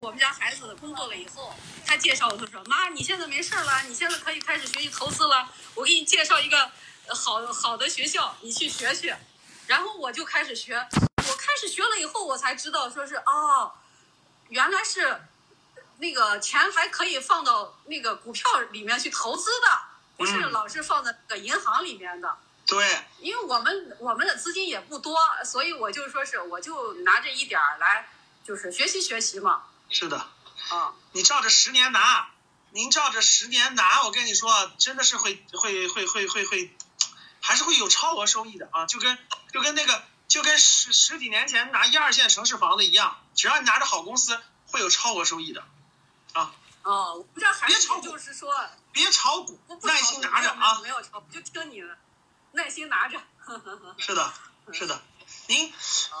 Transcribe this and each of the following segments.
我们家孩子工作了以后，他介绍我，他说：“妈，你现在没事儿了，你现在可以开始学习投资了。我给你介绍一个呃好好的学校，你去学学。”然后我就开始学，我开始学了以后，我才知道说是哦，原来是那个钱还可以放到那个股票里面去投资的，不是嗯老是放在那个银行里面的。对，因为我们我们的资金也不多，所以我就说是我就拿这一点儿来，就是学习学习嘛，是的，啊，你照着十年拿，您照着十年拿，我跟你说，真的是会会会会会会，还是会有超额收益的啊！就跟就跟那个就跟十十几年前拿一二线城市房子一样，只要你拿着好公司，会有超额收益的。哦，我们这孩别子炒股就是说别炒股不，不耐炒心股拿着没有啊！没有炒股，就听你的，耐心拿着，是的，是的。嗯您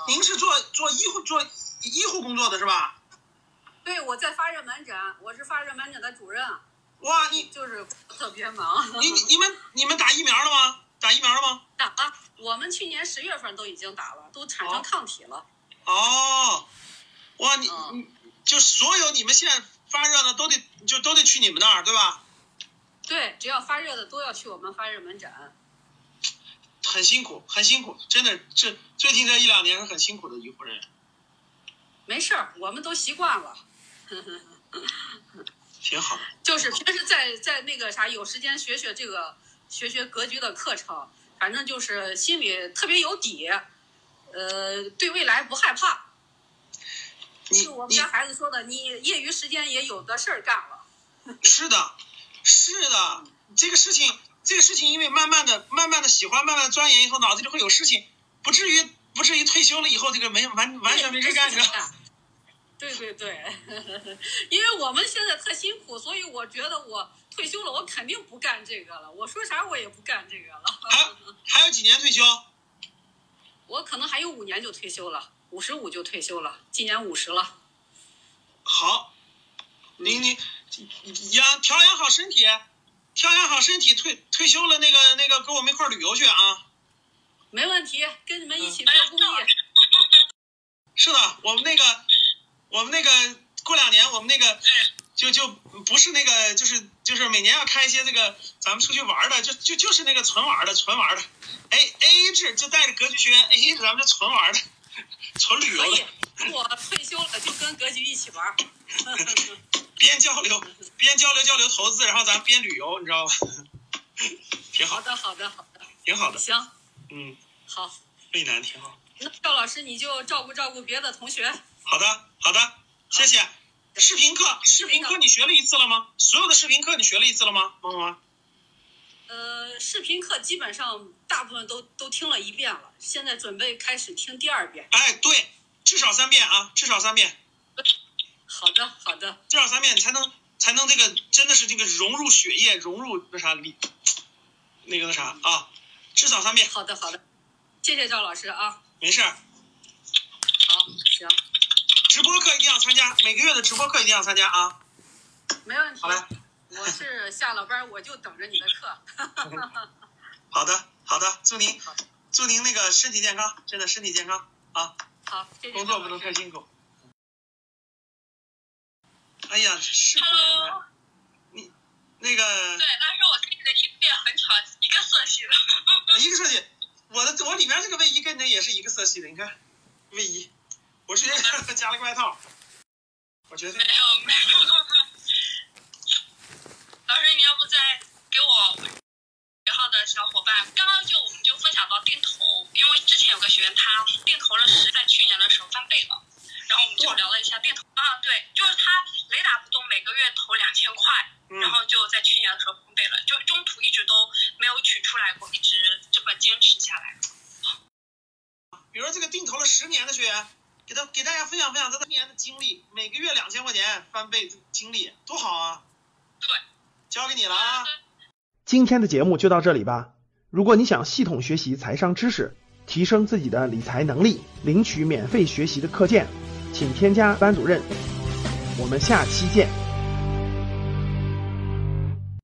您是做做医护做医护工作的是吧？对我在发热门诊，我是发热门诊的主任，哇，你就是特别忙，你你你们你们打疫苗了吗？打疫苗了吗？打了，我们去年十月份都已经打了，都产哦生抗体了，哦，哇，你嗯你就所有你们现在发热的都得就都得去你们那儿，对吧？对，只要发热的都要去我们发热门诊，很辛苦，很辛苦，真的，这最近这一两年是很辛苦的医护人员。没事儿，我们都习惯了。挺好，就是平时在在那个啥，有时间学学这个学学格局的课程，反正就是心里特别有底，呃，对未来不害怕。你就我们你家孩子说的，你业余时间也有的事儿干了。是的，是的，这个事情，这个事情，因为慢慢的、慢慢的喜欢，慢慢的钻研以后，脑子里会有事情，不至于不至于退休了以后这个没完完全没事 干，是吧？对对对，因为我们现在特辛苦，所以我觉得我退休了，我肯定不干这个了。我说啥我也不干这个了，还有几年退休？我可能还有五年就退休了，五十五就退休了，今年五十了。好，你你养调养好身体，调养好身体，退退休了那个那个跟我们一块儿旅游去啊！没问题，跟你们一起做公益。嗯是的，我们那个我们那个过两年我们那个就就不是那个就是就是每年要开一些这个咱们出去玩儿的，就就就是那个纯玩儿的纯玩儿的，A A A 制就带着格局学员 A A 制，咱们就纯玩儿的，纯旅可游以的，，等 我退休了就跟格局一起玩儿。 边交流边交流交流投资，然后咱们边旅游，你知道吧？挺好好，的，好的，好的，挺好的，行，嗯，好。渭南挺好。那赵老师，你就照顾照顾别的同学。啊好的，好的，谢谢。视频课，视频课你学了一次了吗？所有的视频课你学了一次了吗？萌萌啊，呃，视频课基本上大部分都都听了一遍了，现在准备开始听第二遍。哎，对，至少三遍啊，至少三遍，好的，好的，至少三遍，你才能才能这个真的是这个融入血液，融入那啥里，那个那啥啊，至少三遍，好的，好的，谢谢赵老师啊。没事儿。好，行，直播课一定要参加，每个月的直播课一定要参加啊。没问题好。嘞，我是下了班儿我就等着你的课。好的，好的，祝您好祝您那个身体健康，真的身体健康啊。好，谢谢。工作不能太。辛苦。哎呀，是不明白。你那个对，但是我自己的衣服也很长，一个色系的。一个设计，我的我里面这个卫衣跟你的也是一个色系的，你看，卫衣，我直接加了个外套。我觉得没有没有。老师，你要不再给我学号的小伙伴，刚刚就我们就分享到定投，因为之前有个学员他定投了十，在去年的时候翻倍了，然后我们就聊了一下定投啊，对，就是他雷打不动，每个月投两千块，嗯然后就在去年的时候翻倍了，就中途一直都没有取出来过，一直这么坚持下来。比如说这个定投了十年的学员，给他给大家分享分享他的年的经历，每个月两千块钱翻倍经历，多好啊！对，交给你了啊。今天的节目就到这里吧。如果你想系统学习财商知识，提升自己的理财能力，领取免费学习的课件，请添加班主任。我们下期见。